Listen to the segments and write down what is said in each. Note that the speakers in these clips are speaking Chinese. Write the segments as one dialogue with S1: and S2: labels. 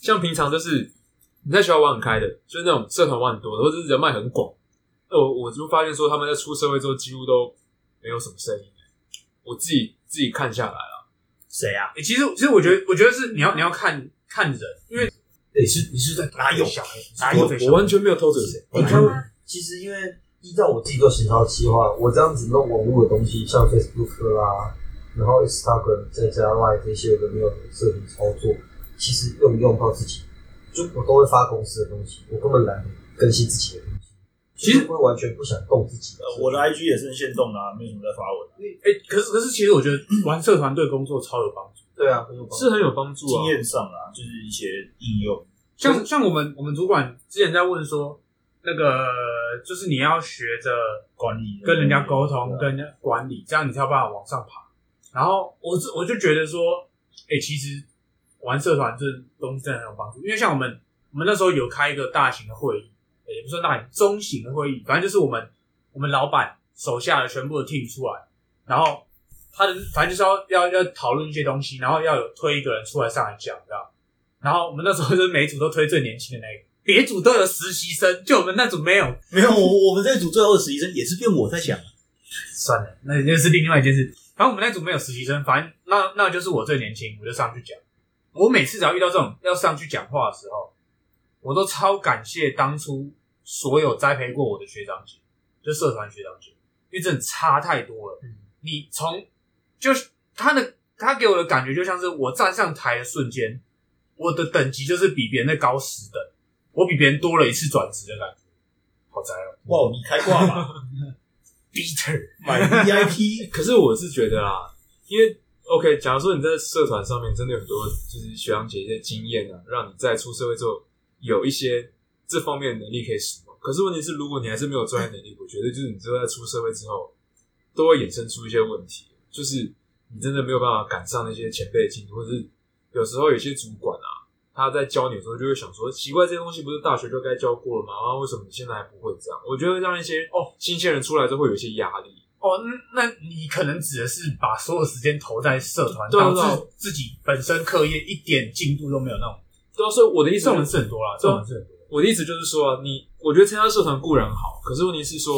S1: 像平常就是你在学校玩很开的，就是那种社团玩很多的，或者是人脉很广。那我我就发现说，他们在出社会之后几乎都没有什么声音。欸我自己自己看下来了，
S2: 谁啊？
S3: 欸其实其实我觉得我觉得是你要你要看看人，因为
S2: 你是你是在
S3: 哪有
S2: 小黑？
S3: 哪
S1: 我
S3: 有
S1: 我完全没有偷着谁，
S4: 你
S1: 完全
S4: 看，其实因为依照我自己做行销企划，我这样子弄网络的东西，像 Facebook 啦、然后 Instagram 再加 Line 这些有的没有的社群操作，其实用不用到自己，就我都会发公司的东西，我根本懒得更新自己的东西，
S3: 其实
S4: 就是会完全不想动自己的。
S2: 呃我的 IG 也是限动啦，没有什么在发文啊，
S3: 哎、可是可是其实我觉得玩社团对工作超有帮助。
S4: 对啊，很有帮助
S1: 是很有帮助
S2: 经
S1: 啊。
S2: 验上啊，就是一些应用。
S3: 像像我们我们主管之前在问说，那个就是你要学着
S2: 管理
S3: 跟人家沟通、
S1: 嗯
S2: 对啊
S3: 跟人家管理，这样你才有办法往上爬。然后我就我就觉得说，哎、其实玩社团这东西真的很有帮助，因为像我们我们那时候有开一个大型的会议，诶也不算大型，中型的会议，反正就是我们我们老板手下的全部的 team 出来，然后他的反正就是要要要讨论一些东西，然后要有推一个人出来上来讲这样。然后我们那时候就是每一组都推最年轻的那一个，别组都有实习生，就我们那组没有，
S2: 没有，我我们这组最后的实习生也是变我在想，
S3: 算了，那就是另外一件事。反正我们那组没有实习生，反正那那就是我最年轻，我就上去讲。我每次只要遇到这种要上去讲话的时候，我都超感谢当初所有栽培过我的学长姐，就社团学长姐，因为真的差太多了。你从就是他的他给我的感觉就像是我站上台的瞬间，我的等级就是比别人的高十等，我比别人多了一次转职的感觉，好宅哦
S2: 哇，你开挂吧，
S3: ，Peter，
S2: 买 VIP，
S1: 可是我是觉得啊，因为 OK，假如说你在社团上面真的有很多就是学长姐一些经验啊，让你在出社会之后有一些这方面的能力可以使用。可是问题是，如果你还是没有专业能力，我觉得就是你之后在出社会之后，都会衍生出一些问题，就是你真的没有办法赶上那些前辈的进度，或者是有时候有些主管啊，他在教你的时候就会想说，奇怪，这些东西不是大学就该教过了吗？然后为什么你现在还不会这样？我觉得让一些哦新鲜人出来之后会有一些压力。
S3: 哦，那那你可能指的是把所有时间投在社团，
S1: 对啊
S3: 导
S1: 对啊
S3: 致自己本身课业一点进度都没有那种。
S1: 对啊，所以我的意
S3: 这
S1: 思就是
S3: 种人是很多啦，这
S1: 对啊
S3: 种人是很多。
S1: 我的意思就是说啊，你我觉得参加社团固然好，可是问题是说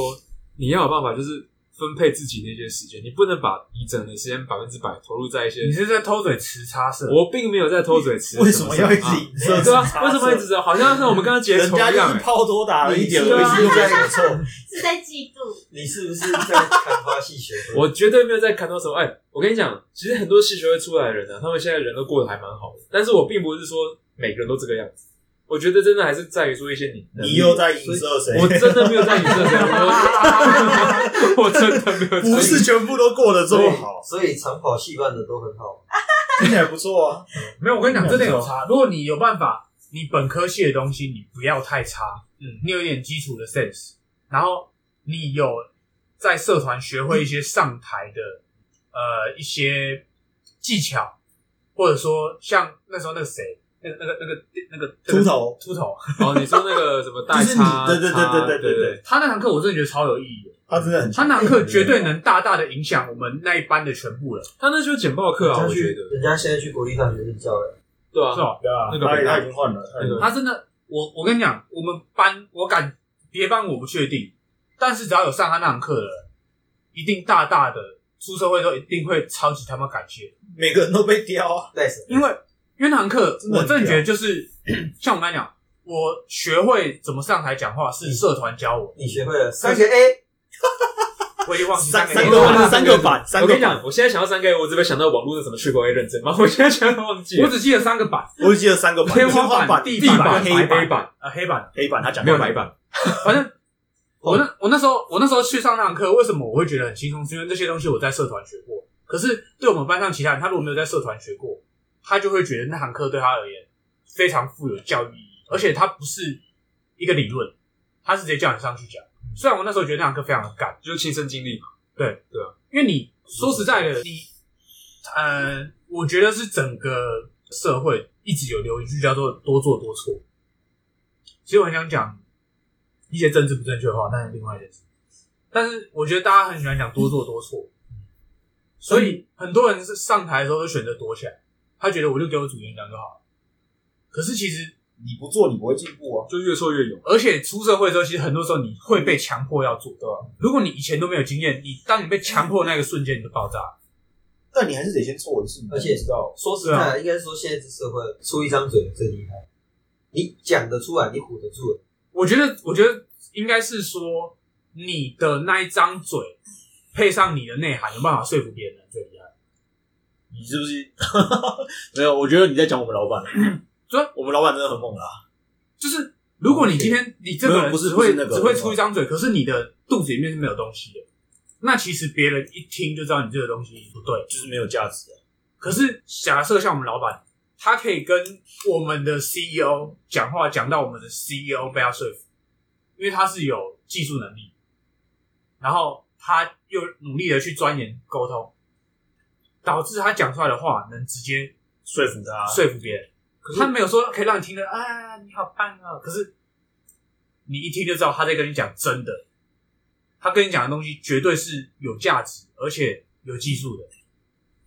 S1: 你要有办法就是分配自己的一些时间，你不能把你整的时间百分之百投入在一些
S3: 你。是在偷嘴吃叉社？
S1: 我并没有在偷嘴吃，
S2: 为什么要一直影射
S1: 啊对啊，为什么一直好像是我们刚刚结
S2: 人
S1: 仇一
S2: 家就
S1: 样
S2: 是
S1: 欸？
S2: 泡多打了一点，
S4: 你
S2: 我
S1: 对啊
S2: 是
S4: 是
S2: 又
S4: 不
S2: 在
S4: 是
S2: 有错，
S4: 在？
S5: 是在嫉妒。
S4: 你是不是在砍花戏学？
S1: 我绝对没有在看到什么。哎、我跟你讲，其实很多戏学会出来的人呢、他们现在人都过得还蛮好的，但是我并不是说每个人都这个样子。我觉得真的还是在于说一些你，
S2: 你又在影射谁？
S1: 啊我真的没有在你这边， 我我真的没有在你，
S2: 不是全部都过得这么好，
S4: 所以长跑戏办的都很好。
S2: 听起来不错啊。
S3: 没有，我跟你讲，真的有差。如果你有办法，你本科系的东西你不要太差，
S1: 嗯，
S3: 你有一点基础的 sense，然后你有在社团学会一
S1: 嗯
S3: 些上台的呃一些技巧，或者说像那时候那个谁，那个那个那个那个
S2: 秃头
S3: 秃头，
S1: 哦，你说那个什么大
S2: 就是你
S1: 叉，
S2: 对对对
S1: 叉
S2: 对对对
S1: 对
S2: 对，
S3: 他那堂课我真的觉得超有意义的，
S2: 他真的很
S3: 他那堂课绝对能大大的影响我们那一班的全部人，
S1: 他那就是简报课啊，
S4: 人
S1: 我
S4: 家
S1: 觉
S4: 去
S1: 得，
S4: 人家现在去国立大学任教了，
S1: 对
S3: 是
S1: 啊，
S3: 吧？
S2: 对啊，
S1: 那个
S2: 他
S1: 北大
S2: 他已经换了，他已经
S1: 那个
S3: 他真的，我我跟你讲，我们班我敢别班我不确定，但是只要有上他那堂课的人，一定大大的出社会都一定会超级他妈感谢，
S2: 每个人都被雕啊。
S4: 赖神。
S3: 因为因为那堂课
S2: 真的
S3: 我
S2: 很
S3: 真的觉得就是 像我刚才讲，我学会怎么上台讲话是社团教我，
S4: 你学会了三个 A，
S3: 我已经忘记
S2: 三
S3: 个
S2: 三
S3: 月
S2: 个
S3: 了
S2: 版三个版三
S1: 我
S2: 个
S1: 跟你
S2: 版
S1: 讲，，我现在想到三个，我只会想到网络的什么去国 A 认证，然 后我现在全都忘记
S3: 我
S1: 了。
S3: 只记得三个板，
S2: 我只记得三个版，
S3: 天花板
S2: 花板、
S3: 地
S2: 地
S3: 板
S2: 黑
S1: 白
S2: 板、
S1: 板
S3: 呃，黑板，
S2: 黑板。他讲
S1: 没有白，板，
S3: 反正。我那我那时候我那时候去上那堂课，为什么我会觉得很轻松？是因为这些东西我在社团学过。可是对我们班上其他人，他如果没有在社团学过，他就会觉得那堂课对他而言非常富有教育意义，而且它不是一个理论，他是直接叫你上去讲。虽然我那时候觉得那堂课非常的干，
S1: 就是亲身经历嘛。
S3: 因为你说实在的，你呃，我觉得是整个社会一直有留一句叫做“多做多错”。其实我很想讲一些政治不正确的话，但是另外一件事。但是我觉得大家很喜欢讲“多做多错”，所以很多人是上台的时候都选择躲起来，他觉得我就给我主演讲就好了。可是其实，
S2: 你不做，你不会进步啊。
S1: 就越挫越勇。
S3: 而且出社会之后，其实很多时候你会被强迫要做，对吧、如果你以前都没有经验，你当你被强迫的那个瞬间，你就爆炸了。
S2: 但你还是得先做一次，你才
S4: 而且
S2: 知道
S4: 说实在
S3: 啊
S4: 的，应该是说现在这社会出一张嘴最厉害，你讲得出来，你唬得住人，
S3: 我觉得，我觉得应该是说，你的那一张嘴配上你的内涵，有办法说服别人最厉害。
S2: 你是不 是没有？我觉得你在讲我们老板，
S3: 对啊
S2: 我们老板真的很猛啦。
S3: 就是如果你今天你这个人
S2: 不是
S3: 只会
S2: 不是那个
S3: 只会出一张嘴，可是你的肚子里面是没有东西的，那其实别人一听就知道你这个东西不对。
S2: 就是没有价值啊。
S3: 可是假设像我们老板，他可以跟我们的 CEO 讲话，讲到我们的 CEO 被他说服，因为他是有技术能力，然后他又努力的去钻研沟通，导致他讲出来的话能直接
S2: 说服他，
S3: 说服别人。
S1: 可是
S3: 他没有说可以让你听的啊，你好棒哦。可是你一听就知道他在跟你讲真的，他跟你讲的东西绝对是有价值，而且有技术的。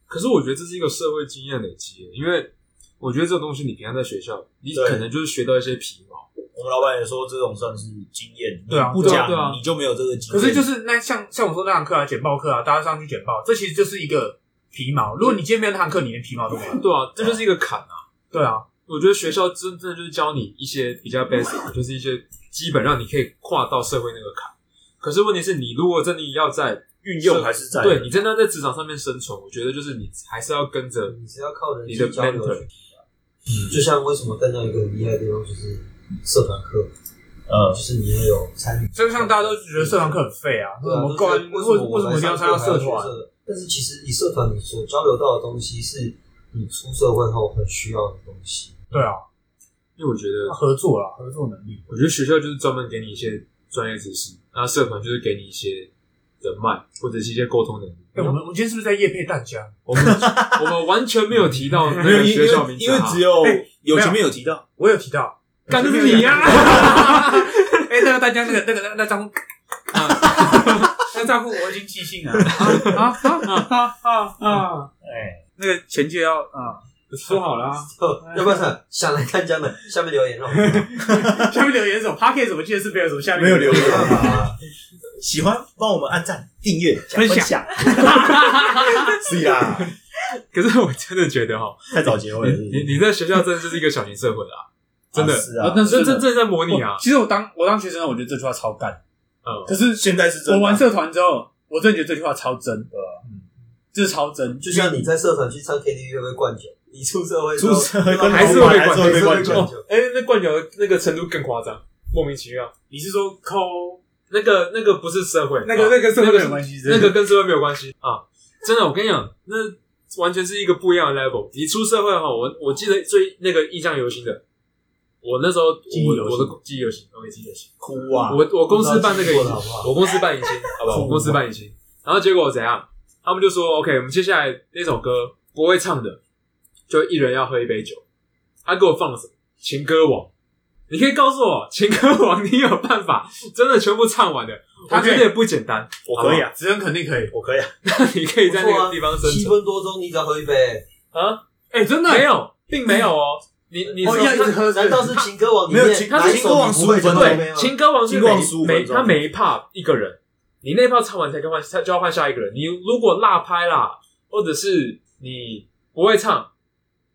S1: 可是我觉得这是一个社会经验累积，因为我觉得这种东西你平常在学校，你
S2: 对
S1: 可能就是学到一些皮毛。
S2: 我们老板也说这种算是经验，
S3: 对啊
S2: 你不
S1: 对啊
S2: 讲、
S1: 对啊
S2: 你就没有这个经
S3: 可
S2: 验。
S3: 是就是那像像我说那堂课啊，简报课啊，大家上去简报，这其实就是一个皮毛。如果你今天没有那堂课，你连皮毛都没有。
S1: 对啊，这就是一个坎啊。
S3: 对啊，
S1: 我觉得学校真正就是教你一些比较 basic，就是一些基本让你可以跨到社会那个坎。可是问题是你如果真的要在
S2: 运用还是在
S1: 对你真的要在职场上面生存，我觉得就是你还是要跟着
S4: 你是要靠人
S1: 你的
S4: 际交流
S1: mentor
S4: 去。
S3: 嗯
S4: 就像为什么淡江一个很厉害的地方就是社团课，就
S2: 呃，
S4: 是你要有参与。
S3: 所以像大家都觉得社团课很废啊，什
S4: 对啊，
S3: 么
S4: 就
S3: 高
S4: 是
S3: 为为什么一定要参加社
S4: 我来上
S3: 团
S4: 课还要去？社但是其实你社团你所交流到的东西，是你出社会后很需要的东 西。
S3: 对啊，
S1: 因为我觉得
S3: 合作啊，合作能力。
S1: 我觉得学校就是专门给你一些专业知识，那社团就是给你一些人脉或者是一些沟通能力。
S3: 哎、我们我们今天是不是在夜配淡江？
S1: 我们 我们完全 没有提到那
S2: 没有
S1: 个
S2: 因
S1: 学校
S2: 为
S1: 名字
S2: 因为
S1: 啊，
S2: 只有
S3: 哎
S2: 有
S3: 没有
S2: 前面有提到，
S3: 我有提到，
S1: 干就是你
S3: 啊
S1: 呀、
S3: 哎、那个大家那个那个那那账户， 那账户我已经寄信了啊啊啊啊啊！
S2: 哎，
S3: 那个钱就要啊，说好了、啊。
S4: 要不然想来淡江的下面留言让我们知道。
S3: 下面留言什么 p a c k e t 我记得是没有什么下面
S2: 没有留
S3: 言。
S2: 言啊。喜欢帮我们按赞、订阅、加
S3: 分享
S2: 享， 是啦，
S1: 可是我真的觉得哈，
S2: 太早结尾
S1: 你
S2: 了。
S1: 你你在学校真的就是一个小型社会啊，真的
S2: 啊，是啊，
S3: 那
S1: 这这这在模拟啊
S3: 我，其实我当我当学生，我觉得这句话超干。
S1: 嗯，
S3: 可是
S2: 现在是真的
S3: 我玩社团之后，我真的觉得这句话超真的，嗯，这是超真。
S4: 就像你在社团去唱 KTV 会被灌酒，你出社会之后
S2: 出社会
S4: 对吧
S2: 跟
S1: 还是
S2: 老
S1: 会
S2: 板
S1: 被
S2: 还
S1: 管
S2: 是会被
S4: 还
S2: 关
S4: 是
S2: 注
S4: 会。灌酒。
S1: 哎、那冠友那个程度更夸张，莫名其妙。
S3: 你是说抠
S1: 那个那个不是社会，
S3: 那个那个社
S1: 那个
S3: 会没有
S1: 是
S3: 关系，真的
S1: 那个跟社会没有关系啊！真的，我跟你讲，那完全是一个不一样的 level。你出社会哈，我我记得最那个印象犹新的，我那时候
S3: 记忆犹
S1: 我
S3: 新
S1: 我的记忆犹新，OK，记忆犹新。
S2: 哭啊！
S1: 我我公司办那个迎
S4: 我知道记过
S1: 新，
S4: 了好不好
S1: 我公司办迎新，好不好？我公司办迎新，然后结果怎样？他们就说 OK，我们接下来那首歌不会唱的，就一人要喝一杯酒。他给我放了什么？情歌王。你可以告诉我，情歌王你有办法真的全部唱完的？我
S3: 他可以
S1: 觉得也不简单。
S2: 我可以啊，
S3: 子恩肯定可以。
S2: 我可以啊，
S1: 那 你可以在那
S4: 不错
S1: 个
S4: 啊
S1: 地方生
S4: 七
S1: 存
S4: 分多钟你只要喝一杯，
S1: 啊？哎，真的没有，并没有哦。你你
S3: 哦，
S1: 说
S3: 要一直喝是不
S4: 难
S3: 是，
S4: 道是情歌王里
S2: 没有
S4: 面
S2: 情
S4: 哪一
S2: 情歌
S4: 首
S2: 王
S4: 你不会
S2: 15分
S4: 就
S2: 钟
S4: 会
S2: 对
S4: 没有
S1: 对，情歌王是
S2: 情歌王
S1: 每
S2: 15
S1: 每
S2: 分钟
S1: 他每一 part 一个人，你那 part 唱完才该换，才就要换下一个人。你如果落拍啦，或者是你不会唱，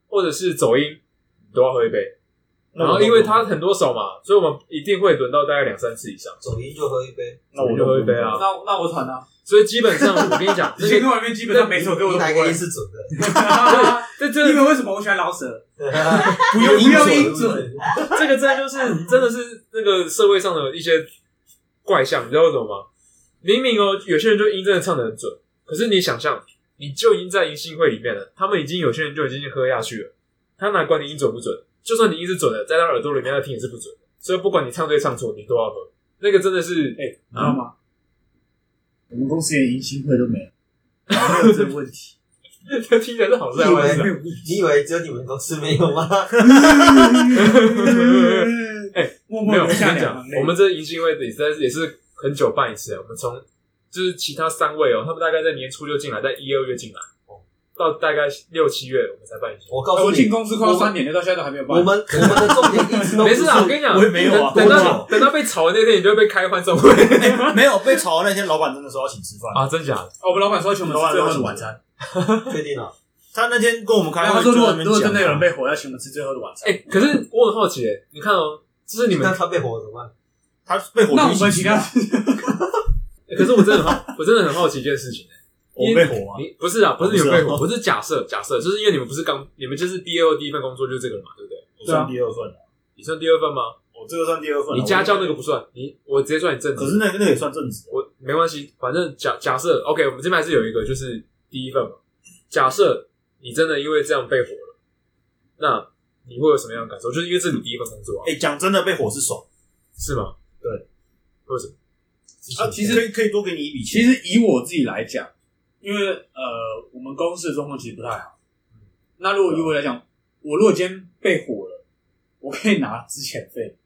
S1: 或者是走音，你都要喝一杯。
S2: 那
S1: 然
S2: 我
S1: 后因为他很多首嘛，所以我们一定会轮到大概两三次以上。
S4: 走音就喝一杯。
S2: 那我
S1: 就喝一杯啊
S3: 那那我团啊，
S1: 所以基本上我跟你讲，
S3: 以
S1: 这
S3: 前
S1: 个
S3: 歌里面基本上每首歌我
S4: 你
S3: 都不
S4: 哪个
S3: 会
S4: 音。是准的？
S1: 这
S3: 因
S1: 这
S3: 为为什么我喜欢老 舍？
S2: 不用
S3: 不用
S2: 音
S3: 音准，
S1: 这个真的就是 真的是那个社会上的一些怪象，你知道为什么吗？明明哦，有些人就音真的唱的很准，可是你想象，你就已经在迎新会里面了，他们已经有些人就已经喝下去了，他哪管你音准不准？就算你音是准的，在他耳朵里面他听也是不准的，所以不管你唱对唱错，你都要喝。那个真的是，
S3: 哎、你知道吗？ 我们公司连迎新会都没有， 没有这个问 题。
S1: 这 听起来是好事还是坏事啊？
S4: 你以为只有你们公司没有吗？
S1: 哎
S3: 默
S1: 没
S3: 默
S1: 有，我
S3: 流
S1: 跟
S3: 下
S1: 你
S3: 两
S1: 讲
S3: 行泪，
S1: 我们这迎新会也是也是很久办一次，我们从就是其他三位哦，他们大概在年初就进来，在一二月进来，到大概六七月我们才办一次。
S4: 我告诉
S3: 哎我进
S4: 你，
S3: 公司快要三年了，到现在都还没有办。
S4: 我们我们的重点一直都不
S1: 没
S4: 是
S1: 事啊，我跟你讲，
S2: 我也没有啊
S1: 等等
S2: 多
S1: 到
S2: 久
S1: 你等到被炒的那天，你就会被开欢送会
S2: 没有被炒的那天，老板真的说要请吃饭。
S1: 啊！真假的？
S3: 哦我们老板说要请我们吃最后的晚餐，
S4: 确定啊了。
S2: 他那天跟我们开
S3: 然
S2: 会，
S3: 后他说如果
S2: 就在那边讲啊
S3: 如果真的有人被火，要请我们吃最后的晚餐
S1: 哎、。可是我很好奇、欸，你看哦，就是你们
S4: 那他被火了怎么办？
S2: 他被火，
S3: 那我们请
S2: 啊
S3: 他，
S1: 欸可是我真的很好，我真的很好奇一件事情、欸。
S2: 我被火啊，
S1: 你不是啊，不是你们
S2: 不是啊
S1: 被火，不是假设假设，就是因为你们不是刚，你们就是毕业后第一份工作就是这个了嘛，对不对？
S2: 我算第二份了，
S1: 你算第二份吗？
S2: 我这个算第二份了。
S1: 你家教那
S2: 我
S1: 个不算，你我直接算你正职。
S2: 可是那个那个也算正职，啊
S1: 我没关系，反正假假设 OK，我们这边还是有一个就是第一份嘛。假设你真的因为这样被火了，那你会有什么样的感受？就是因为这是你第一份工作啊，
S2: 哎，讲真的，被火是爽。
S1: 是吗？
S2: 对，
S1: 为什么？
S2: 啊，
S3: 其实
S2: 可以可以多给你一笔钱。
S3: 其实以我自己来讲，因为呃，我们公司的状况其实不太好。那如果以我来讲，我如果今天被火了，我可以拿之前费。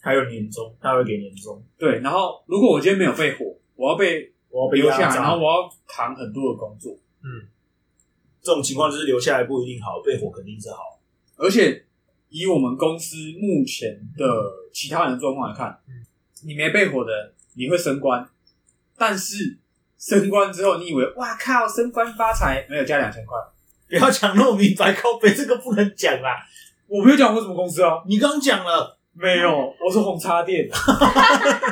S2: 还有年终，他会给年终，
S3: 对，然后如果我今天没有被火，我要被
S2: 我要被
S3: 留
S2: 压
S3: 下来，然
S2: 榨。
S3: 后我要扛很多的工作，
S2: 这种情况就是留下来不一定好，被火肯定是好。
S3: 而且以我们公司目前的其他人的状况来看，你没被火的人，你会升官，但是升官之后，你以为哇靠，升官发财，没有加两千块。
S2: 不要讲那么明白，靠背这个不能讲啦。
S3: 我没有讲我什么公司啊，
S2: 你刚讲了，
S3: 没有，我是红叉店。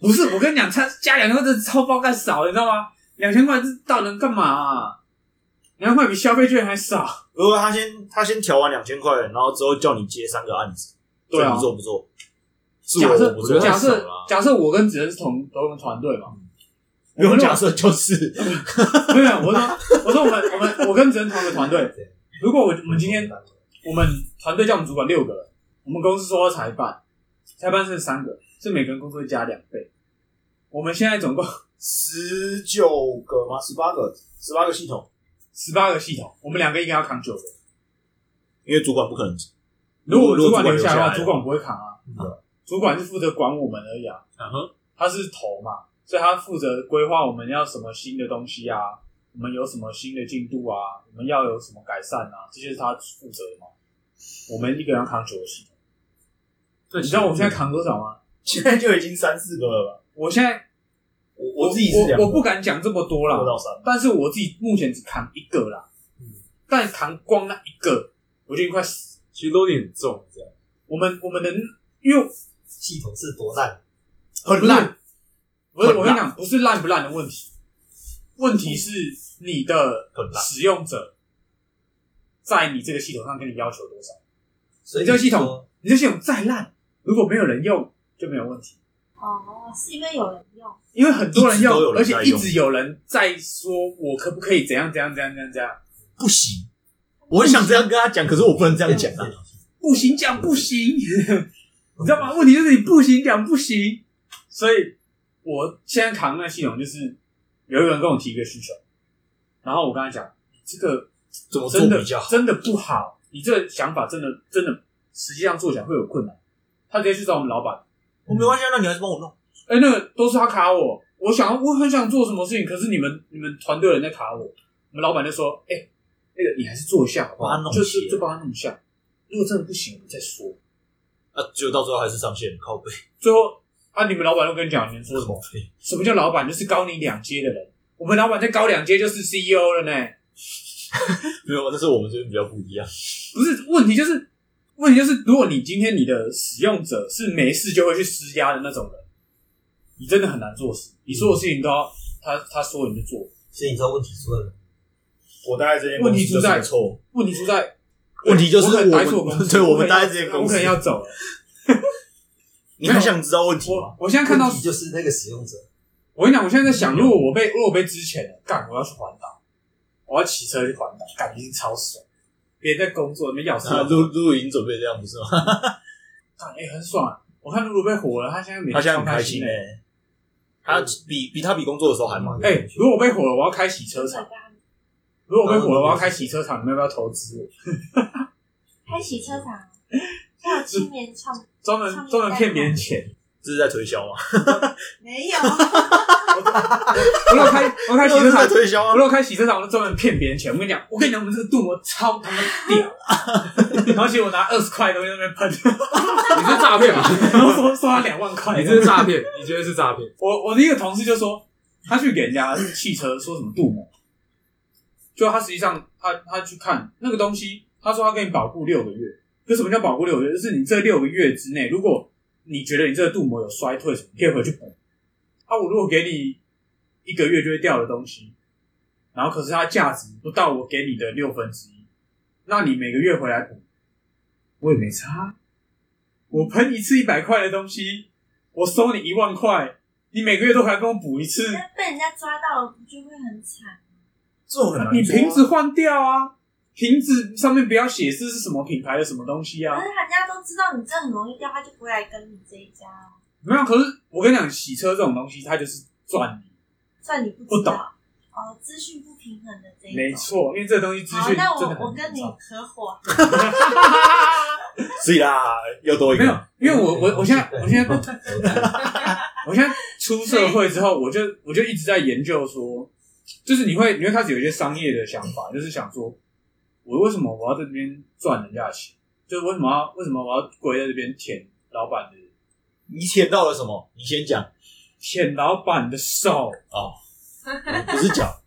S3: 不是，我跟你讲，加加两千块真的超爆干少，你知道吗？两千块这到底能干嘛、啊？两千块比消费券还少。
S2: 如果他先他先调完两千块，然后之后叫你接三个案子，
S3: 对啊
S2: 这你做不做？是
S3: 假
S2: 我
S3: 设
S2: 我不
S1: 觉得，
S2: 做
S3: 假
S1: 太
S3: 设
S1: 少了啊
S3: 假设我跟子恩是同同一个团队嘛，
S2: 不用假设就是
S3: 没有，没有我说我说我们我们我跟子恩同一个团队。如果我我们今天我们团队叫我们主管六个人，我们公司说要裁办，裁办是三个，是每个人工作加两倍。我们现在总共
S2: 十九个吗？十八个，十八个系统，
S3: 十八个系统，我们两个一个要扛九个。
S2: 因为主管不可能。
S3: 如果我们主管留
S2: 留
S3: 下来的话，
S2: 来
S3: 主管不会扛啊。主管是负责管我们而已啊，
S1: 嗯哼，
S3: 他是头嘛，所以他负责规划我们要什么新的东西啊，我们有什么新的进度啊，我们要有什么改善啊，这些是他负责的嘛。我们一个人要扛九个系统，
S1: 对，
S3: 你知道我现在扛多少吗？
S2: 现在就已经三四个了吧？
S3: 我现在
S2: 我
S3: 我我不
S2: 不
S3: 敢讲这么多啦
S2: 不，到三个，
S3: 但是我嗯自己目前只扛一个啦，但扛光那一个，我就已经快死。
S1: 其实 l o 很重，这样
S3: 我们我们能，因为
S4: 系统是多烂，
S3: 很烂。不是，
S2: 很烂
S3: 我跟你讲，不是烂不烂的问题，问题是你的
S2: 很烂
S3: 使用者在你这个系统上跟你要求多少。
S4: 所以
S3: 你这个系
S4: 说
S3: 统，你这系统再烂，如果没有人用就没有问题，
S5: 哦，是因为有人用，
S3: 因为很多人
S2: 一直都
S3: 用，
S2: 有
S3: 而
S2: 人在
S3: 且
S2: 用
S3: 一直有人在说我可不可以怎样怎样怎样怎样怎样，
S2: 不行。我很想这样跟他讲，可是我不能这样讲啊。
S3: 不行讲不行， 你知道吗？问题就是你不行讲不行，所以我现在扛那个系统就是有一个人跟我提一个需求，然后我跟他讲这个
S2: 怎么做
S3: 真的
S2: 比较好？
S3: 真的不好，你这个想法真的真的实际上做起来会有困难。他直接去找我们老板，
S2: 我没关系啊，那你还是帮我弄。
S3: 哎、那个都是他卡我，我想要我很想做什么事情，可是你们你们团队人在卡我，我们老板就说，哎、那个你还是做一下好不
S2: 帮他
S3: 好？
S2: 弄
S3: 就是
S2: 些
S3: 就帮他弄一下，如果真的不行，我们再说。
S2: 啊，结果到最后还是上线靠背，
S3: 最后啊，你们老板都跟你讲，你们说什么？
S2: 靠背。
S3: 什么叫老板？就是高你两阶的人。我们老板再高两阶就是 CEO 了呢。
S2: 没有，但是我们这边比较不一样。
S3: 不是问题，就是问题就是，如果你今天你的使用者是没事就会去施压的那种人，你真的很难做事。你所有事情都要他他说你就做。
S4: 所以你知道问题出在哪？
S2: 我大概这间
S3: 问题出在
S2: 嗯错，
S3: 问题出在
S2: 问题就是
S3: 我可能待错
S2: 我们
S3: 公司，
S2: 对我们
S3: 可能
S2: 待
S3: 要
S2: 这间
S3: 我
S2: 公司
S3: 可能要走了。
S2: 你还想知道问题吗？
S3: 我我现在看到
S4: 问，题就是那个使用者，
S3: 我跟你讲，我现在在想，如果我被如果我被之前了，干，我要去环岛，我要骑车去环岛，感觉超爽。别人在工作，那边要死
S2: 啊，
S3: 要
S2: 露
S3: 活，
S2: 露已经准备这样不是吗？
S3: 干哎、很爽、啊。我看露露被火了，他现在每
S2: 他
S3: 天
S2: 现在
S3: 超
S2: 很开心
S3: 的
S2: 哎、他比比他比工作的时候还忙。
S3: 哎、如果我被火了，我要开洗车
S5: 真
S3: 场
S5: 的。跟
S3: 如果我被火了，我要开洗车场，你们要不要投资我？
S5: 开洗车场，还有青年创
S3: 专门专门骗别人钱，
S2: 这是在推销吗？
S5: 没有，
S3: 我如果开我开洗车
S2: 这是在
S3: 场，
S2: 推销
S3: 我
S2: 啊！
S3: 如果开洗车场，我就专门骗别人钱。我跟你讲，我跟你讲，我们这个镀膜超他妈屌，啊 然后结果拿二十块东西在那边喷，
S1: 你这是诈骗吧？
S3: 然后说说他两万块，
S1: 你这是诈骗，你觉得是诈骗？
S3: 我我的一个同事就说，他去给人家汽车说什么镀膜，就他实际上他他去看那个东西，他说他给你保护六个月。就什么叫保护六个月？就是你这六个月之内，如果你觉得你这个镀膜有衰退什么，你可以回去补。啊，我如果给你一个月就会掉的东西，然后可是它价值不到我给你的六分之一，那你每个月回来补，我也没差。我喷一次一百块的东西，我收你一万块，你每个月都还跟我补一次，
S5: 那被人家抓到了，不就会很惨？
S2: 这种很难。
S3: 你呃瓶子，换掉啊，瓶子上面不要写这是什么品牌的什么东西啊。
S5: 可是人家都知道你这很容易掉，他就不会来跟你这一家啊，
S3: 没有，可是我跟你讲，洗车这种东西，它就是赚
S5: 算你
S3: 不
S5: 不知
S3: 懂
S5: 道哦，资讯不平衡的这一
S3: 你，
S5: 种。
S3: 没。错，因为这东西资
S5: 好
S3: 讯，
S5: 那
S3: 真的
S5: 我我
S3: 很
S5: 跟你合伙，
S2: 所以啦，又多一
S3: 没
S2: 个。
S3: 有，因为我我我现在 我现在不，
S4: 在
S3: 我现在出社会之后，我就我就一直在研究说，就是你会你会开始有一些商业的想法，就是想说，我为什么我要在这边赚人家的钱？就是为什么要为什么我要跪在这边舔老板的
S2: 你舔到了什么？你先 讲
S3: 舔老板的手，
S2: 哦，不是脚，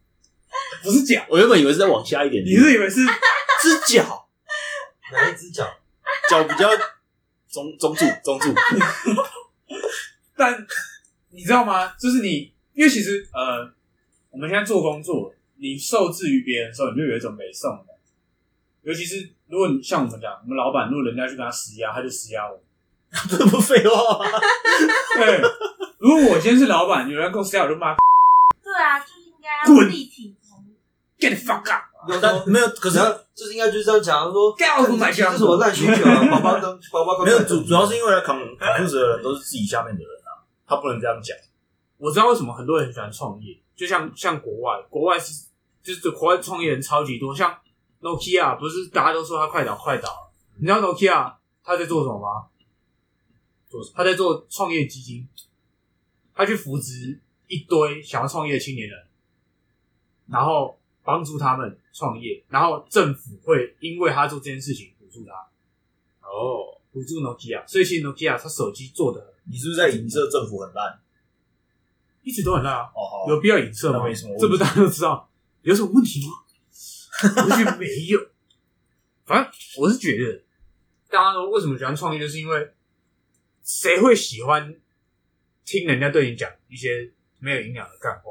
S3: 不是脚，
S2: 我原本以为是再往下一点，
S3: 你是以为是
S2: 是脚，
S4: 哪一只脚？
S2: 脚比较中中柱中柱，
S3: 但你知道吗？就是你，因为其实呃，我们现在做工作，你受制于别人的时候，你就有一种没送的感觉。尤其是如果你像我们讲，我们老板如果人家去跟他施压，他就施压我。
S2: 这不废话吗？
S3: 对，如果我今天是老板，有人跟我施压，我就骂
S5: 对啊，就应该要
S3: 滚
S5: 力挺同一
S3: get the fuck up，
S2: 但没有，可
S4: 可
S2: 是
S4: 是就是应该就是这样讲，他说
S3: Get out of my
S4: 这是什么烂需求啊？宝宝跟宝宝跟
S2: 没有主主要是因为来扛扛负责的人都是自己下面的人啊，他不能这样讲。
S3: 我知道为什么很多人很喜欢创业，就像像国外，国外是就是国外创业人超级多，像 Nokia 不是大家都说它快倒快倒了，你知道 Nokia 它在做什么吗？做什么？它在做创业基金，它去扶植一堆想要创业的青年人，然后帮助他们创业，然后政府会因为他做这件事情补助他，
S1: 哦，
S3: 补助 Nokia，所以其实 Nokia 它手机做的
S2: 你是不是在影射政府很烂？
S3: 一直都很烂啊。
S2: 哦，好
S3: 有必要影射吗
S2: 那没什么问？题
S3: 这不是大家都知道有什么 问题吗？我觉得没有。反正我是觉得，大家都为什么喜欢创业，就是因为谁会喜欢听人家对你讲一些没有营养的干话？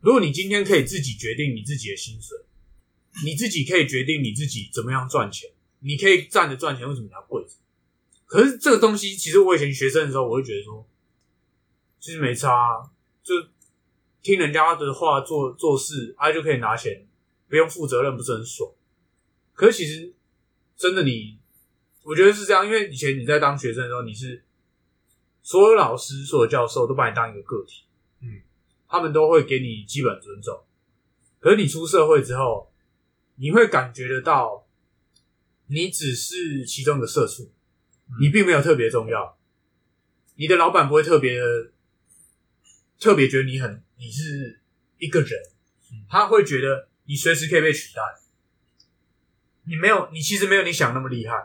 S3: 如果你今天可以自己决定你自己的薪水，你自己可以决定你自己怎么样赚钱，你可以站着赚钱，为什么你要跪着？可是这个东西，其实我以前学生的时候，我会觉得说，其实没差、啊，就听人家的话做做事，啊他、就可以拿钱，不用负责任，不是很爽？可是其实真的你，我觉得是这样，因为以前你在当学生的时候，你是所有老师、所有教授都把你当一个个体，嗯，他们都会给你基本尊重。可是你出社会之后，你会感觉得到，你只是其中的社畜，你并没有特别重要，你的老板不会特别的特别觉得你很你是一个人，他会觉得你随时可以被取代，你没有你其实没有你想那么厉害，